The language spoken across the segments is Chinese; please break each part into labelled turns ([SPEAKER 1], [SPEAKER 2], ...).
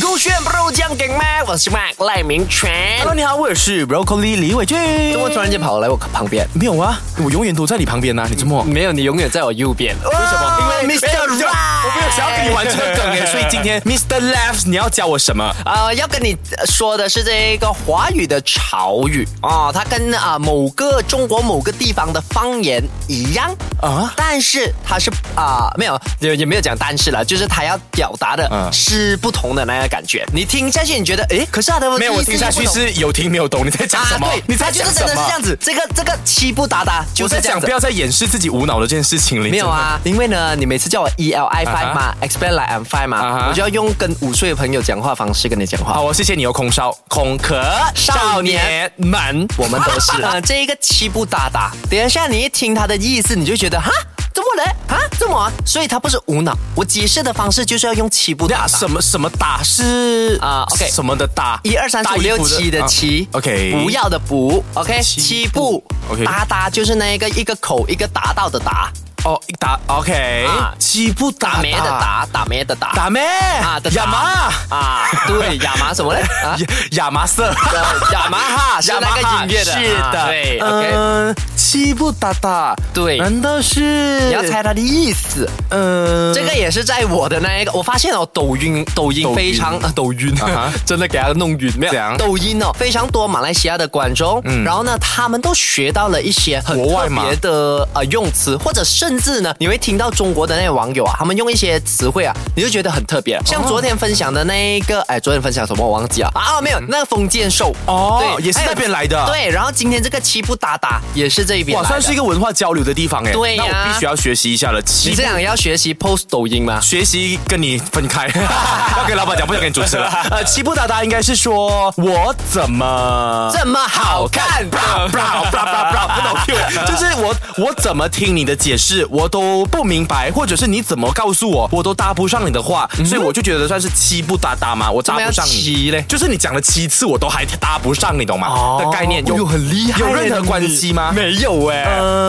[SPEAKER 1] 勾选 bro 酱给麦，我是 Mac 赖明全。
[SPEAKER 2] Hello，你好，我是 Broccoli 李伟俊。
[SPEAKER 1] 怎么突然间跑来我旁边？
[SPEAKER 2] 没有啊？我永远都在你旁边呐、啊你怎么？
[SPEAKER 1] 没有，你永远在我右边。
[SPEAKER 2] 为什么？
[SPEAKER 1] 因为 Mr.
[SPEAKER 2] 我没有
[SPEAKER 1] Right
[SPEAKER 2] 我没有想要跟你玩这个梗诶，所以今 天 Mr. Laughs 你要教我什么？
[SPEAKER 1] 呃，要跟你说的是这个华语的潮语哦，它跟啊、某个中国某个地方的方言一样
[SPEAKER 2] 啊
[SPEAKER 1] 啊，但是它是啊、没有也也没有讲但是了，就是它要表达
[SPEAKER 2] 嗯
[SPEAKER 1] 的是不同的那个感觉。你听下去，你觉得诶，可是它啊的
[SPEAKER 2] 啊没有，我
[SPEAKER 1] 意思
[SPEAKER 2] 听下去
[SPEAKER 1] 不同
[SPEAKER 2] 是有听没有懂，你在讲
[SPEAKER 1] 啊
[SPEAKER 2] 什，么
[SPEAKER 1] 对？，
[SPEAKER 2] 你在
[SPEAKER 1] 就
[SPEAKER 2] 讲
[SPEAKER 1] 是
[SPEAKER 2] 什
[SPEAKER 1] 真的是这
[SPEAKER 2] 么
[SPEAKER 1] 样？子，这个这个七不达达就
[SPEAKER 2] 我
[SPEAKER 1] 是
[SPEAKER 2] 在
[SPEAKER 1] 这样
[SPEAKER 2] 讲，
[SPEAKER 1] 子
[SPEAKER 2] 不。要再掩饰自己无脑的这件事情了。
[SPEAKER 1] 没有啊，因为呢，你每次叫我 E L I
[SPEAKER 2] 啊哈
[SPEAKER 1] five 嘛、e x p l a i n like I'm five 嘛
[SPEAKER 2] 啊哈
[SPEAKER 1] 我就要用跟五岁的朋友讲话方式跟你讲话。
[SPEAKER 2] 好，我谢谢你哦，空少空壳
[SPEAKER 1] 少年
[SPEAKER 2] 们，
[SPEAKER 1] 我们 都是呃，这一个七不搭搭。等一下你一听他的意思，你就觉得哈，怎么了？啊，怎么、啊？所以他不是无脑，我解释的方式就是要用七不搭
[SPEAKER 2] 呀，
[SPEAKER 1] 搭。
[SPEAKER 2] 什么什么打是
[SPEAKER 1] 啊，OK
[SPEAKER 2] 什么的打？
[SPEAKER 1] 一二三四
[SPEAKER 2] 打
[SPEAKER 1] 五
[SPEAKER 2] 衣
[SPEAKER 1] 六
[SPEAKER 2] 服
[SPEAKER 1] 七的
[SPEAKER 2] 啊
[SPEAKER 1] 七、
[SPEAKER 2] OK
[SPEAKER 1] 不要的不，OK，
[SPEAKER 2] 七
[SPEAKER 1] 七步
[SPEAKER 2] 步，OK
[SPEAKER 1] 搭搭就是那一个一个口一个达到的达，
[SPEAKER 2] 哦，打 OK，
[SPEAKER 1] 啊
[SPEAKER 2] 七不打
[SPEAKER 1] 打咩的打，打咩的打
[SPEAKER 2] 打咩
[SPEAKER 1] 啊的
[SPEAKER 2] 亚麻
[SPEAKER 1] 打啊，对，亚麻什么嘞？啊，
[SPEAKER 2] 亚亚麻色。
[SPEAKER 1] 呃 亚 麻哈是那个音乐的，
[SPEAKER 2] 是的，
[SPEAKER 1] 啊对，OK，
[SPEAKER 2] 嗯，七不打打，
[SPEAKER 1] 对
[SPEAKER 2] 难道是？
[SPEAKER 1] 你要猜，它的意思。
[SPEAKER 2] 嗯，
[SPEAKER 1] 这个也是在我的那一个，我发现哦，抖音抖
[SPEAKER 2] 抖
[SPEAKER 1] 音
[SPEAKER 2] 音
[SPEAKER 1] 非常呃抖音
[SPEAKER 2] 啊哈，
[SPEAKER 1] 真的给他弄晕没
[SPEAKER 2] 怎样嗯
[SPEAKER 1] 有？抖音哦，非常多马来西亚的观众，然后呢，他们都学到了一些很
[SPEAKER 2] 国外
[SPEAKER 1] 特
[SPEAKER 2] 嘛
[SPEAKER 1] 别的呃用词，或者甚至呢，你会听到中国的那些网友啊，他们用一些词汇啊，你就觉得很特
[SPEAKER 2] 哦
[SPEAKER 1] 别。像昨天分享的那一个，哎，昨天分享什么我忘记了啊，没有，那个封建兽
[SPEAKER 2] 哦，
[SPEAKER 1] 对
[SPEAKER 2] 也是
[SPEAKER 1] 还有
[SPEAKER 2] 那边来的，，
[SPEAKER 1] 对，然后今天这个七不打打也是这一边
[SPEAKER 2] 哇，
[SPEAKER 1] 来的，
[SPEAKER 2] 算是一个文化交流的地方哎。
[SPEAKER 1] 对呀
[SPEAKER 2] 那我必须要学习一下了。
[SPEAKER 1] 你
[SPEAKER 2] 七
[SPEAKER 1] 这样要学习 post 抖音吗？
[SPEAKER 2] 学习跟你分开， 要跟老板讲，不想跟你主 持了。呃，七不打打应该是说我怎么
[SPEAKER 1] 这么好看 的
[SPEAKER 2] bra bra bra bra bra 不懂 Q，就是我我怎么听你的解释我都不明白，或者是你怎么告诉我我都搭不上你的话，
[SPEAKER 1] 嗯
[SPEAKER 2] 所以我就觉得算是七不搭搭嘛，我搭不上
[SPEAKER 1] 怎么
[SPEAKER 2] 你
[SPEAKER 1] 样七嘞
[SPEAKER 2] 就是你讲了七次我都还搭不上，你懂吗？的概念
[SPEAKER 1] 哦哟很厉害耶
[SPEAKER 2] 有任何关系吗？呃
[SPEAKER 1] 没有哎、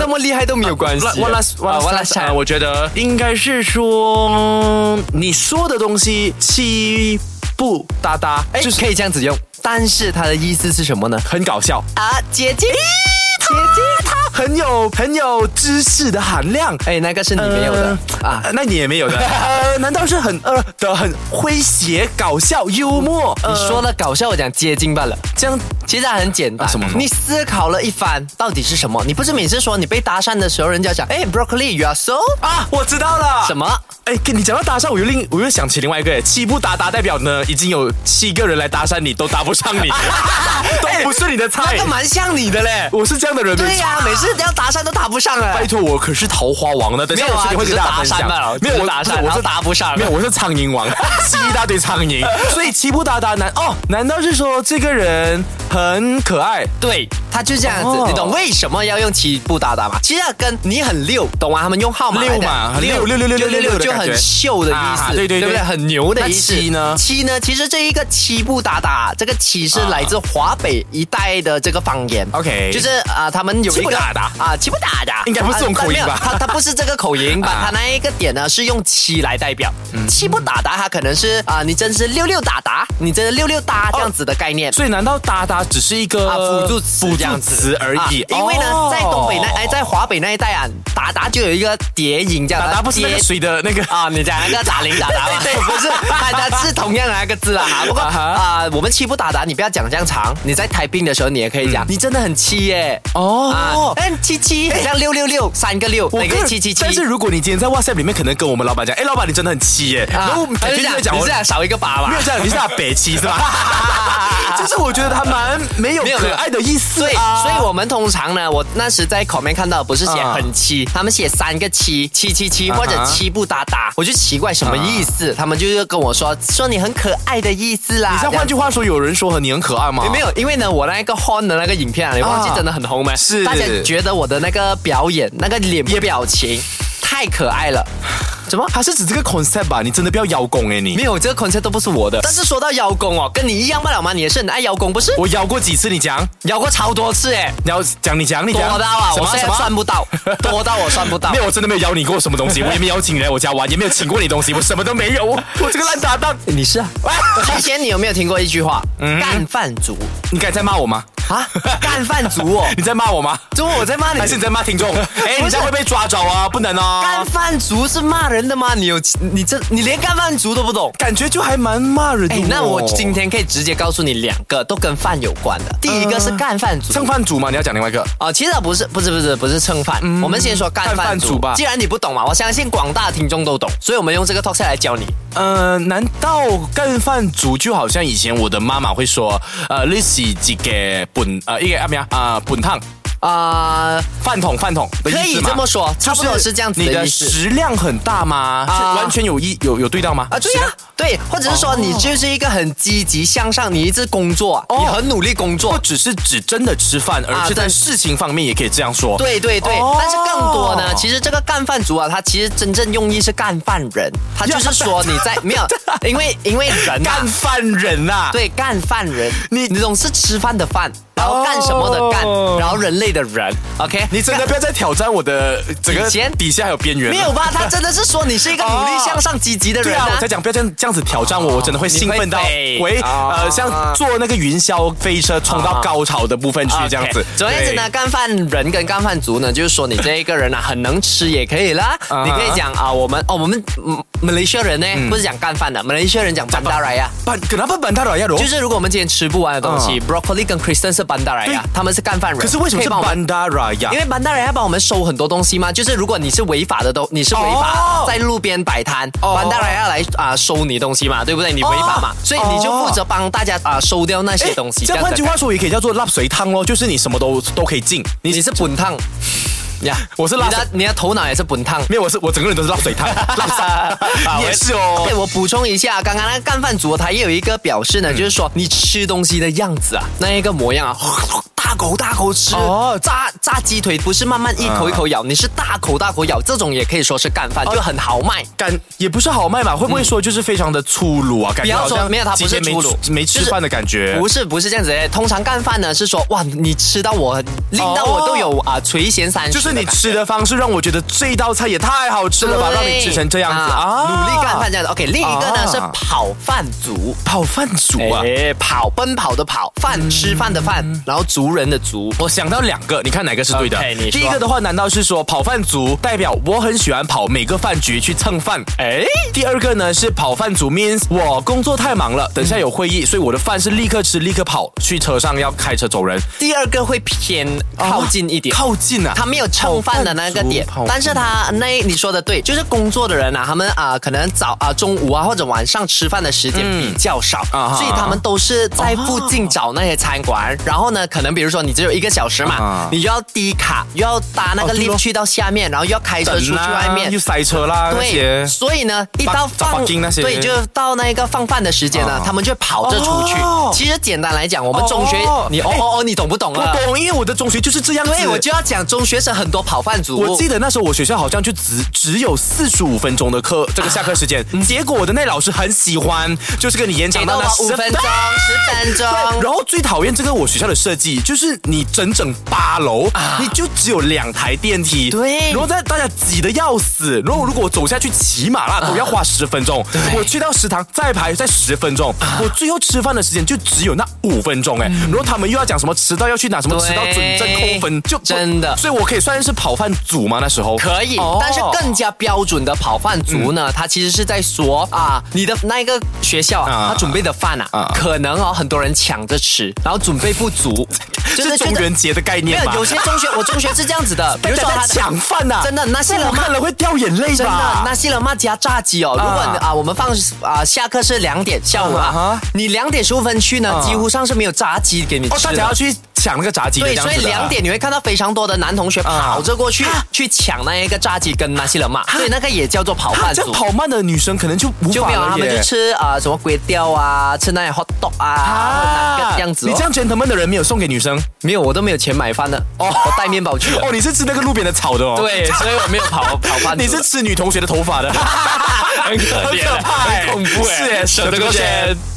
[SPEAKER 1] 那么厉害都没有关系。
[SPEAKER 2] One last Oh, one
[SPEAKER 1] 啊
[SPEAKER 2] last
[SPEAKER 1] one
[SPEAKER 2] last
[SPEAKER 1] last
[SPEAKER 2] time，
[SPEAKER 1] time
[SPEAKER 2] 我觉得应该是说你说的东西七不搭搭，
[SPEAKER 1] 哎，
[SPEAKER 2] 就
[SPEAKER 1] 就是是可以这样子用，但是它的意思是什么呢？
[SPEAKER 2] 很搞笑，
[SPEAKER 1] 啊，姐姐，姐姐她，
[SPEAKER 2] 很有很有知识的含量。
[SPEAKER 1] 哎，那个是你没有的、啊
[SPEAKER 2] 呃，那你也没 有的。呃，难道是很呃的很诙谐、搞笑、幽默？呃
[SPEAKER 1] 你说了搞笑，我讲接近罢了。
[SPEAKER 2] 这样
[SPEAKER 1] 其实它很简单，
[SPEAKER 2] 啊什么什么
[SPEAKER 1] 你思考了一番，到底是什么？你不是每次说你被搭讪的时候，人家讲，哎，broccoli，you are so
[SPEAKER 2] 啊，我知道了。
[SPEAKER 1] 什么？
[SPEAKER 2] 哎，跟你讲到搭讪，我又另我又想起另外一个，哎七不搭搭代表呢，已经有七个人来搭讪你，都搭不上 你，都不是你的菜
[SPEAKER 1] 那个。蛮像你的嘞。
[SPEAKER 2] 我是这样的人，
[SPEAKER 1] 对呀、每次要搭讪都搭不上哎
[SPEAKER 2] 拜。托我可是桃花王呢，等一下
[SPEAKER 1] 没有
[SPEAKER 2] 我
[SPEAKER 1] 啊
[SPEAKER 2] 确定会
[SPEAKER 1] 只
[SPEAKER 2] 跟
[SPEAKER 1] 是
[SPEAKER 2] 大家分
[SPEAKER 1] 搭讪
[SPEAKER 2] 享
[SPEAKER 1] 罢了。
[SPEAKER 2] 没有，
[SPEAKER 1] 只是
[SPEAKER 2] 我
[SPEAKER 1] 搭讪然后搭不上
[SPEAKER 2] 没有，我是苍蝇 王，吸一大堆苍蝇，所以七不搭搭难哦。难道是说这个人很可爱？
[SPEAKER 1] 对，他就这样子，
[SPEAKER 2] 哦
[SPEAKER 1] 你懂为什么要用七步打打吗？其实它跟你很溜，懂吗？他们用号码来
[SPEAKER 2] 溜嘛
[SPEAKER 1] 的
[SPEAKER 2] 六六六六
[SPEAKER 1] 就
[SPEAKER 2] 六六的
[SPEAKER 1] 就
[SPEAKER 2] 感觉
[SPEAKER 1] 很秀的意
[SPEAKER 2] 啊
[SPEAKER 1] 思，
[SPEAKER 2] 对对对
[SPEAKER 1] 对不对？很牛的意思。
[SPEAKER 2] 那七呢
[SPEAKER 1] 七呢？其实这一个七步打打，这个七是来自华北一带的这个方言。
[SPEAKER 2] OK
[SPEAKER 1] 就是啊，他们有一个
[SPEAKER 2] 七步打打
[SPEAKER 1] 啊，七步打打，
[SPEAKER 2] 应该不是这种口音吧
[SPEAKER 1] 啊但没有他他不是这个口音 吧
[SPEAKER 2] 啊？嗯
[SPEAKER 1] 他那一个点呢是用七来代表，七步打打，他可能是啊，你真是六六打打，你真是六六搭这样子的概念。
[SPEAKER 2] 所以难道搭搭只是一个
[SPEAKER 1] 啊辅助词
[SPEAKER 2] 辅
[SPEAKER 1] 这
[SPEAKER 2] 助
[SPEAKER 1] 样子
[SPEAKER 2] 词而已？
[SPEAKER 1] 啊因为呢，
[SPEAKER 2] 哦
[SPEAKER 1] 在东北那哎，在华北那一带啊，达达就有一个叠音叫
[SPEAKER 2] 搭搭不是那个
[SPEAKER 1] 叠
[SPEAKER 2] 水的那个
[SPEAKER 1] 啊，你讲那个打铃打达 吧？对，不是，它它是同样的那个字啦。哈不过
[SPEAKER 2] 啊哈
[SPEAKER 1] 啊，我们七不打达，你不要讲这样长。你在 typing 的时候，你也可以讲，你真的很七耶。啊
[SPEAKER 2] 嗯哦，。
[SPEAKER 1] 哎，七七，很像六六六，三个六，哪
[SPEAKER 2] 个
[SPEAKER 1] 个七七七
[SPEAKER 2] 但？是如果你今天在 WhatsApp 里面，可能跟我们老板讲，哎，老板你真的很七耶，然后
[SPEAKER 1] 啊他
[SPEAKER 2] 感
[SPEAKER 1] 就
[SPEAKER 2] 觉就会
[SPEAKER 1] 这
[SPEAKER 2] 讲
[SPEAKER 1] 样，你
[SPEAKER 2] 我
[SPEAKER 1] 这样少一个八吧
[SPEAKER 2] 没有？这样，你是他北七是吧？ 就是我觉得他蛮没有
[SPEAKER 1] 没有没
[SPEAKER 2] 可
[SPEAKER 1] 有
[SPEAKER 2] 爱的意思
[SPEAKER 1] 对，
[SPEAKER 2] 啊
[SPEAKER 1] 所以我们通常呢，我那时在 comment 看到的不是写很七，他们写三个七七七七
[SPEAKER 2] 啊哈
[SPEAKER 1] 或者七不搭搭，我就奇怪什么意思，他们就是跟我说说你很可爱的意思啦。
[SPEAKER 2] 你像
[SPEAKER 1] 这样
[SPEAKER 2] 换句话说，有人说和你很可爱吗？
[SPEAKER 1] 没有，因为呢，我那个 horn 的那个影片啊，你忘记
[SPEAKER 2] 啊
[SPEAKER 1] 真的很红吗？
[SPEAKER 2] 是
[SPEAKER 1] 大家觉得我的那个表演，那个脸部表情太可爱了，怎么？
[SPEAKER 2] 它是指这个 concept 吧？你真的不要邀功哎、你
[SPEAKER 1] 没。有，这个 concept 都不是我的。但是说到邀功哦，跟你一样不了嘛，你也是很爱邀功，不是？
[SPEAKER 2] 我邀过几次？你讲，
[SPEAKER 1] 邀过超多次哎，
[SPEAKER 2] 你要讲，你讲，你
[SPEAKER 1] 多
[SPEAKER 2] 讲。
[SPEAKER 1] 到啊，
[SPEAKER 2] 什
[SPEAKER 1] 我
[SPEAKER 2] 么
[SPEAKER 1] 现
[SPEAKER 2] 什
[SPEAKER 1] 在
[SPEAKER 2] 么
[SPEAKER 1] 算不到，多到我算不 到
[SPEAKER 2] 没。有，我真的没有邀你过什么东西，我也没邀请你来我家玩，也没有请过你东西，我什么都没有，我我这个烂搭档。
[SPEAKER 1] 你是啊？之前你有没有听过一句话？干饭族
[SPEAKER 2] 你刚才在骂我吗？
[SPEAKER 1] 啊，干饭族哦，
[SPEAKER 2] 你在骂我吗？
[SPEAKER 1] 怎么我在骂你
[SPEAKER 2] 还？是你在骂听众？哎，你
[SPEAKER 1] 不是
[SPEAKER 2] 这样会被抓走啊！不能
[SPEAKER 1] 干
[SPEAKER 2] 啊！
[SPEAKER 1] 饭族是骂人的吗？你有你这你连干饭族都不懂？
[SPEAKER 2] 感觉就还蛮骂人的
[SPEAKER 1] 哎
[SPEAKER 2] 哦。，
[SPEAKER 1] 那我今天可以直接告诉你两个都跟饭有关的。第一个是干饭族，
[SPEAKER 2] 蹭饭组嘛，你要讲另外一个。
[SPEAKER 1] 啊、其实不是，不是，不是，不是蹭饭。我们先说干
[SPEAKER 2] 干
[SPEAKER 1] 饭
[SPEAKER 2] 饭
[SPEAKER 1] 族
[SPEAKER 2] 族吧
[SPEAKER 1] 既然你不懂嘛，我相信广大听众都懂，所以我们用这个 talk 下来教你。
[SPEAKER 2] 呃，难道干饭族就好像以前我的妈妈会说，呃，你是几个本呃一个啊咩啊啊本烫
[SPEAKER 1] 啊、
[SPEAKER 2] 饭桶饭桶的意思
[SPEAKER 1] 可以
[SPEAKER 2] 嘛
[SPEAKER 1] 这么说
[SPEAKER 2] 就
[SPEAKER 1] 差不多是这样子的
[SPEAKER 2] 你的
[SPEAKER 1] 意思
[SPEAKER 2] 食量很大吗？
[SPEAKER 1] 啊
[SPEAKER 2] 是完全有一有有对到吗？
[SPEAKER 1] 啊，对呀、
[SPEAKER 2] 食量
[SPEAKER 1] 对，或者是
[SPEAKER 2] 哦
[SPEAKER 1] 说你就是一个很积极向上，你一直工作啊，你很努力工
[SPEAKER 2] 不
[SPEAKER 1] 作。
[SPEAKER 2] 只是指真的吃饭，
[SPEAKER 1] 啊
[SPEAKER 2] 而是在
[SPEAKER 1] 对
[SPEAKER 2] 事情方面也可以这样说。
[SPEAKER 1] 对对对，
[SPEAKER 2] 哦
[SPEAKER 1] 但是更多呢，其实这个干饭族啊，他其实真正用意是干饭人，他就是说你 在没有，因为因为人嘛
[SPEAKER 2] 干饭人呐、啊，
[SPEAKER 1] 对干饭人，你
[SPEAKER 2] 你
[SPEAKER 1] 你总是吃饭的饭，然后干什么的干，
[SPEAKER 2] 哦
[SPEAKER 1] 然后人类的人，OK，
[SPEAKER 2] 你真的不要再挑战我的呃整
[SPEAKER 1] 以
[SPEAKER 2] 个
[SPEAKER 1] 前
[SPEAKER 2] 底下还有边缘了。
[SPEAKER 1] 没有吧？他真的是说你是一个努力向上、积极的
[SPEAKER 2] 对
[SPEAKER 1] 人
[SPEAKER 2] 啊，
[SPEAKER 1] 啊
[SPEAKER 2] 我才。讲不要这样这样子挑战我，我真的会兴奋到
[SPEAKER 1] 哦你会飞
[SPEAKER 2] 喂，
[SPEAKER 1] 哦
[SPEAKER 2] 呃，像坐那个云霄飞车冲到高潮的部分去这样子
[SPEAKER 1] 哦 OK，。总而言之呢，干饭人跟干饭族呢，就是说你这一个人啊，很能吃也可以啦。
[SPEAKER 2] 啊
[SPEAKER 1] 你可以讲啊，我们哦，我们嗯马来西亚人呢，不是讲干饭的，马来西亚人讲班达莱呀。
[SPEAKER 2] 对，板可能不板大佬呀，
[SPEAKER 1] 就
[SPEAKER 2] 就是
[SPEAKER 1] 如果我们今天吃不完的东西，broccoli 跟 Kristen 是班达莱呀
[SPEAKER 2] 啊对，
[SPEAKER 1] 他们是干饭人。
[SPEAKER 2] 可是为什么
[SPEAKER 1] 可以
[SPEAKER 2] 是
[SPEAKER 1] 帮我们
[SPEAKER 2] 板大佬呀
[SPEAKER 1] 因？为班大人要帮我们收很多东西嘛，就是如果你是违法的东，你是违法、
[SPEAKER 2] 哦
[SPEAKER 1] 在路边摆摊，
[SPEAKER 2] 哦
[SPEAKER 1] 班大人要来啊、收你东西嘛，对不对？你违法嘛，
[SPEAKER 2] 哦
[SPEAKER 1] 所以你就负责帮大家啊、收掉那些东西。
[SPEAKER 2] 这样换句话说，也可以叫做辣水汤哦，就是你什么都都可以进。
[SPEAKER 1] 你你是滚烫呀，
[SPEAKER 2] 我是辣
[SPEAKER 1] 你的你的头脑也是滚烫。
[SPEAKER 2] 没有，我是我整个人都是辣水 汤，辣
[SPEAKER 1] 啊
[SPEAKER 2] 沙也是哦
[SPEAKER 1] 对，。我补充一下，刚刚那个干饭族他也有一个表示呢，
[SPEAKER 2] 嗯
[SPEAKER 1] 就是说你吃东西的样子啊，那一个模样啊，大口大口吃，
[SPEAKER 2] 哦啊
[SPEAKER 1] 炸炸鸡腿不是慢慢一口一口咬，你是大口大口咬，这种也可以说是干
[SPEAKER 2] 哦
[SPEAKER 1] 饭，就很豪迈。
[SPEAKER 2] 感也不是好卖嘛，会不会说就是非常的粗鲁啊？感
[SPEAKER 1] 比
[SPEAKER 2] 觉
[SPEAKER 1] 方
[SPEAKER 2] 好
[SPEAKER 1] 说
[SPEAKER 2] 像
[SPEAKER 1] 没有它
[SPEAKER 2] 今
[SPEAKER 1] 嗯不是
[SPEAKER 2] 天没
[SPEAKER 1] 粗鲁
[SPEAKER 2] 吃没
[SPEAKER 1] 就
[SPEAKER 2] 吃
[SPEAKER 1] 是
[SPEAKER 2] 饭的感觉。
[SPEAKER 1] 不是不是这样子的，通常干饭呢是说哇，你吃到我令到我都有啊、垂涎三尺
[SPEAKER 2] 哦就
[SPEAKER 1] 的
[SPEAKER 2] 是
[SPEAKER 1] 感觉，
[SPEAKER 2] 你吃的方式让我觉得这道菜也太好吃了吧，
[SPEAKER 1] 对
[SPEAKER 2] 让你吃成这样子啊！
[SPEAKER 1] 努力干饭这样子。OK，另一个呢、
[SPEAKER 2] 啊
[SPEAKER 1] 是跑饭族。
[SPEAKER 2] 跑饭族啊！
[SPEAKER 1] 哎，跑奔跑的跑，饭、吃饭的饭，然后族人的族，
[SPEAKER 2] 我想到两个，你看哪个是对的
[SPEAKER 1] OK，你说
[SPEAKER 2] 第一个的话，难道是说跑饭族代表我很喜欢跑每个饭局去蹭饭？哎，第二个呢是跑饭族 means 我工作太忙了，等下有会议，所以我的饭是立刻吃立刻跑，去车上要开车走人，
[SPEAKER 1] 第二个会偏啊靠近一
[SPEAKER 2] 哦
[SPEAKER 1] 点。
[SPEAKER 2] 靠近啊！
[SPEAKER 1] 他没有蹭饭的那个点
[SPEAKER 2] 跑，
[SPEAKER 1] 但是他那你说的对，就是工作的人啊，他们啊、可能早啊、中午啊或者晚上吃饭的时间比较少，
[SPEAKER 2] 啊哈
[SPEAKER 1] 所以他们都是在附近找那些餐馆，然后呢，可能比如说你只有一个小时嘛，
[SPEAKER 2] 啊
[SPEAKER 1] 你就要低卡，又要搭那个
[SPEAKER 2] 哦对
[SPEAKER 1] lift
[SPEAKER 2] 咯
[SPEAKER 1] 去到下面，然后又要开车出去
[SPEAKER 2] 等
[SPEAKER 1] 外
[SPEAKER 2] 啦
[SPEAKER 1] 面，
[SPEAKER 2] 又塞车啦那些
[SPEAKER 1] 对，。所以呢，一到
[SPEAKER 2] 找
[SPEAKER 1] 放
[SPEAKER 2] parking 那些
[SPEAKER 1] 对，就是到那个放饭的时间呢
[SPEAKER 2] 啊，
[SPEAKER 1] 他们就跑着出去
[SPEAKER 2] 哦。
[SPEAKER 1] 其实简单来讲，我们中学
[SPEAKER 2] 哦，
[SPEAKER 1] 你哦
[SPEAKER 2] 哎
[SPEAKER 1] 哦哦，你懂不懂
[SPEAKER 2] 我
[SPEAKER 1] 啊？
[SPEAKER 2] 懂，因为我的中学就是这样子。
[SPEAKER 1] 对，我就要讲中学生很多跑饭族。
[SPEAKER 2] 我记得那时候我学校好像就只只有四十五分钟的课，这个下课时间。结果我的那老师很喜欢，就是跟你延
[SPEAKER 1] 嗯给
[SPEAKER 2] 长
[SPEAKER 1] 到
[SPEAKER 2] 到那
[SPEAKER 1] 我五
[SPEAKER 2] 10
[SPEAKER 1] 分钟、十
[SPEAKER 2] 对，
[SPEAKER 1] 分钟。
[SPEAKER 2] 然后最讨厌这个我学校的设计，就是你整整八楼，你就只有两台电梯，
[SPEAKER 1] 啊对
[SPEAKER 2] 然后在大家挤得要死，然后如果我走下去骑马
[SPEAKER 1] 啊
[SPEAKER 2] 啦，都要花十分钟，我去到食堂再排再十分钟，
[SPEAKER 1] 啊
[SPEAKER 2] 我最后吃饭的时间就只有那五分钟哎，
[SPEAKER 1] 嗯
[SPEAKER 2] 然后他们又要讲什么迟到要去拿什么
[SPEAKER 1] 对
[SPEAKER 2] 迟到准证扣分，就
[SPEAKER 1] 真的
[SPEAKER 2] 所以我可以算是跑饭组吗？那时 候
[SPEAKER 1] 可以
[SPEAKER 2] 哦，嗯
[SPEAKER 1] 但是更加标准的跑饭族呢，他其实是在说啊，你的那一个学校啊
[SPEAKER 2] 啊，
[SPEAKER 1] 他准备的饭啊
[SPEAKER 2] 啊，
[SPEAKER 1] 可能哦很多人抢着吃，然后准备 不足，就是觉
[SPEAKER 2] 中
[SPEAKER 1] 得
[SPEAKER 2] 元节的概
[SPEAKER 1] 没
[SPEAKER 2] 念
[SPEAKER 1] 有
[SPEAKER 2] 吧？
[SPEAKER 1] 有些中学，我中学是这样子的，比
[SPEAKER 2] 大
[SPEAKER 1] 如
[SPEAKER 2] 家
[SPEAKER 1] 说他
[SPEAKER 2] 在抢饭啊呐、
[SPEAKER 1] 真的那些人
[SPEAKER 2] 我看了会掉眼 泪吧？
[SPEAKER 1] 真的，那西冷妈加炸鸡哦。如果你啊，我们放啊下课是两点下午啊
[SPEAKER 2] 啊哈，
[SPEAKER 1] 你两点十五分去呢，
[SPEAKER 2] 啊
[SPEAKER 1] 几乎上是没有炸鸡给你
[SPEAKER 2] 哦，大
[SPEAKER 1] 吃
[SPEAKER 2] 家要
[SPEAKER 1] 的。
[SPEAKER 2] 去抢那个炸鸡的
[SPEAKER 1] 对，
[SPEAKER 2] 这样
[SPEAKER 1] 所
[SPEAKER 2] 子
[SPEAKER 1] 以
[SPEAKER 2] 的
[SPEAKER 1] 两点你会看到非常多的男同学跑着过去
[SPEAKER 2] 啊
[SPEAKER 1] 去抢那一个炸鸡跟那西冷妈，所以那个也叫做跑
[SPEAKER 2] 啊，
[SPEAKER 1] 饭
[SPEAKER 2] 这
[SPEAKER 1] 族
[SPEAKER 2] 样。跑慢的女生可能就无
[SPEAKER 1] 就
[SPEAKER 2] 法
[SPEAKER 1] 没有，
[SPEAKER 2] 了
[SPEAKER 1] 他们
[SPEAKER 2] 耶
[SPEAKER 1] 就吃啊、呃什么龟雕啊，吃那些 hot dog 啊，
[SPEAKER 2] 啊
[SPEAKER 1] 然后
[SPEAKER 2] 啦，
[SPEAKER 1] 样子哦
[SPEAKER 2] 你这样 gentleman 的人没有送给女生
[SPEAKER 1] 没有，我都没有钱买饭的，哦，我带面包去了。
[SPEAKER 2] 哦，你是吃那个路边的草的哦，，
[SPEAKER 1] 对， 啊所以我没有跑跑饭。
[SPEAKER 2] 你是 吃女同学的头发的，
[SPEAKER 3] 很可
[SPEAKER 2] 很
[SPEAKER 3] 怜
[SPEAKER 2] 可
[SPEAKER 3] 啊，
[SPEAKER 2] 怕、欸，
[SPEAKER 3] 很恐怖哎、
[SPEAKER 2] 是哎，
[SPEAKER 3] 舍
[SPEAKER 2] 舍
[SPEAKER 3] 得
[SPEAKER 2] 得
[SPEAKER 3] 够
[SPEAKER 2] 够
[SPEAKER 3] 钱
[SPEAKER 2] 钱。。